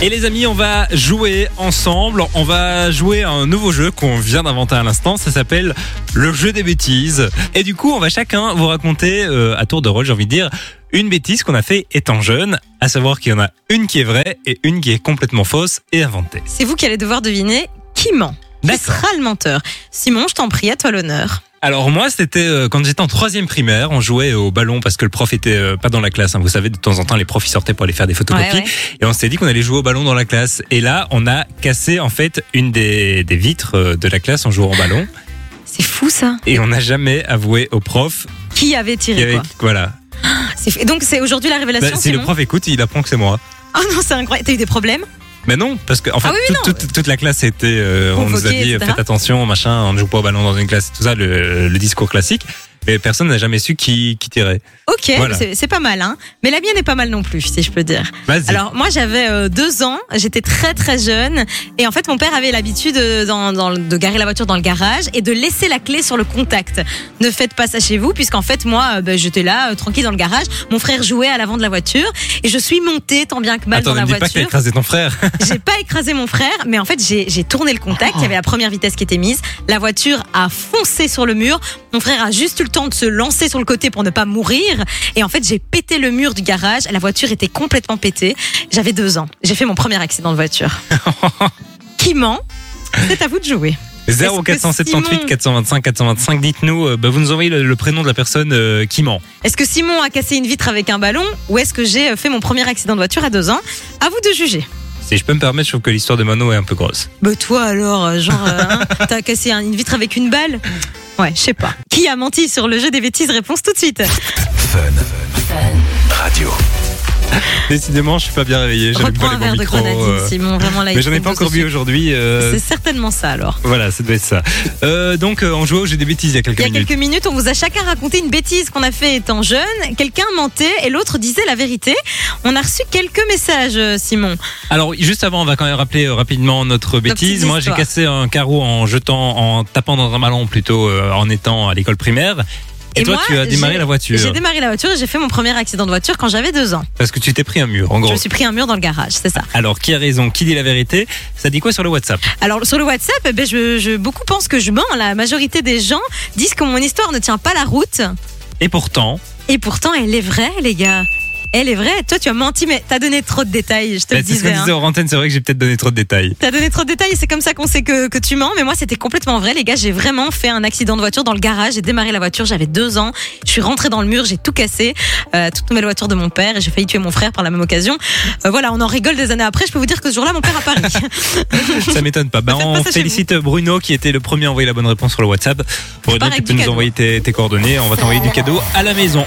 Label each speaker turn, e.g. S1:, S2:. S1: Et les amis, on va jouer ensemble. On va jouer à un nouveau jeu qu'on vient d'inventer à l'instant. Ça s'appelle le jeu des bêtises. Et du coup, on va chacun vous raconter euh, à tour de rôle, j'ai envie de dire, une bêtise qu'on a fait étant jeune. À savoir qu'il y en a une qui est vraie et une qui est complètement fausse et inventée.
S2: C'est vous qui allez devoir deviner qui ment. Qui
S1: D'accord.
S2: sera le menteur Simon, je t'en prie, à toi l'honneur.
S1: Alors moi, c'était euh, quand j'étais en troisième primaire, on jouait au ballon parce que le prof était euh, pas dans la classe. hein. Vous savez, de temps en temps, les profs ils sortaient pour aller faire des photocopies.
S2: Ouais, ouais.
S1: Et on s'est dit qu'on allait jouer au ballon dans la classe. Et là, on a cassé en fait une des, des vitres euh, de la classe en jouant au ballon.
S2: C'est fou ça.
S1: Et on n'a jamais avoué au prof.
S2: Qui avait
S1: qu'il y
S2: tiré
S1: avait-
S2: quoi
S1: Voilà.
S2: C'est fait. Donc c'est aujourd'hui la
S1: Bah,
S2: révélation.
S1: si le
S2: Simon
S1: prof écoute, il apprend que c'est moi.
S2: Oh non, c'est incroyable. T'as eu des problèmes
S1: Mais non, parce que en fait,
S2: Ah oui, oui,
S1: toute- toute, toute la classe était. euh, on nous a
S2: Convoquée,
S1: dit
S2: etc.
S1: faites attention, machin, on ne joue pas au ballon dans une classe, tout ça, le, le discours classique. Mais personne n'a jamais su qui, qui tirait.
S2: Ok,
S1: Voilà.
S2: c'est c'est pas mal, hein. Mais la mienne est pas mal non plus, si je peux dire.
S1: Vas-y.
S2: Alors moi j'avais euh, deux ans, j'étais très très jeune et en fait mon père avait l'habitude euh, dans- dans le- de garer la voiture dans le garage et de laisser la clé sur le contact. Ne faites pas ça chez vous puisqu'en fait moi euh, ben, j'étais là euh, tranquille dans le garage, mon frère jouait à l'avant de la voiture et je suis montée tant bien que mal
S1: Attends,
S2: dans
S1: ne
S2: la
S1: me dis pas que t'as
S2: voiture.
S1: écrasé ton frère.
S2: J'ai pas écrasé mon frère mais en fait j'ai j'ai tourné le contact, il y avait la première vitesse qui était mise, la voiture a foncé sur le mur, mon frère a juste eu le temps de se lancer sur le côté pour ne pas mourir et en fait j'ai pété le mur du garage, la voiture était complètement pétée. J'avais deux ans. J'ai fait mon premier accident de voiture. Qui ment C'est à vous de jouer. Est-ce que
S1: 0478
S2: Simon-
S1: 425 425, dites-nous, euh, bah, vous nous envoyez le, le prénom de la personne euh, qui ment.
S2: Est-ce que Simon a cassé une vitre avec un ballon ou est-ce que j'ai euh, fait mon premier accident de voiture à deux ans À vous de juger.
S1: Si je peux me permettre, je trouve que l'histoire de Mano est un peu grosse.
S2: Bah toi alors, euh, genre, euh, hein, t'as cassé un- une vitre avec une balle Ouais, je sais pas. Qui a menti sur le jeu des bêtises Réponse tout de suite.
S3: Radio.
S1: Décidément, je suis pas bien réveillé, j'avais pas
S2: Reprends un
S1: les bons
S2: verre de
S1: micros.
S2: grenadine,
S1: euh,
S2: Simon. Vraiment là.
S1: mais
S2: il
S1: j'en ai
S2: faut
S1: pas
S2: me
S1: encore
S2: poser
S1: bu aujourd'hui. euh,
S2: dessus. C'est certainement ça alors.
S1: Voilà, ça doit être ça. Euh, donc, euh, on jouait au jeu des bêtises il y a quelques
S2: Il y a
S1: minutes.
S2: quelques minutes, on vous a chacun raconté une bêtise qu'on a fait étant jeune. Quelqu'un mentait et l'autre disait la vérité. On a reçu quelques messages, euh, Simon.
S1: Alors, juste avant, on va quand même rappeler euh, rapidement notre bêtise.
S2: petites
S1: Moi, j'ai
S2: histoires.
S1: cassé un carreau en jetant, en tapant dans un ballon plutôt euh, en étant à l'école primaire. Et,
S2: Et
S1: toi,
S2: moi,
S1: tu as démarré
S2: j'ai-
S1: la voiture
S2: J'ai démarré la voiture et j'ai fait mon premier accident de voiture quand j'avais deux ans.
S1: parce que tu t'es pris un mur, en
S2: Je
S1: gros.
S2: me suis pris un mur dans le garage, c'est ça.
S1: Alors, qui a raison Qui dit la vérité Ça dit quoi sur le WhatsApp
S2: Alors sur le WhatsApp, eh ben, je, je- beaucoup pensent que je mens. La majorité des gens disent que mon histoire ne tient pas la route.
S1: Et pourtant,
S2: Et pourtant, elle est vraie, les gars. Elle est vraie. Toi, tu as menti, mais t'as donné trop de détails. Je te
S1: bah,
S2: le
S1: c'est ce qu'on
S2: disais. hein.
S1: disait en antenne, c'est vrai que j'ai peut-être donné trop de détails.
S2: T'as donné trop de détails et c'est comme ça qu'on sait que, que tu mens. Mais moi, c'était complètement vrai, les gars. J'ai vraiment fait un accident de voiture dans le garage. J'ai démarré la voiture, j'avais deux ans. Je suis rentrée dans le mur, j'ai tout cassé. Euh, toute nouvelle voiture de mon père et j'ai failli tuer mon frère par la même occasion. Euh, voilà, on en rigole des années après. Je peux vous dire que ce jour-là, mon père à Paris.
S1: Ça m'étonne pas. Bah,
S2: Faites pas
S1: on
S2: ça chez
S1: félicite Bruno qui était le premier à envoyer la bonne réponse sur le WhatsApp. Bruno,
S2: avec
S1: tu peux
S2: du
S1: nous
S2: cadeau.
S1: envoyer tes, tes coordonnées. On va t'envoyer du cadeau à la maison.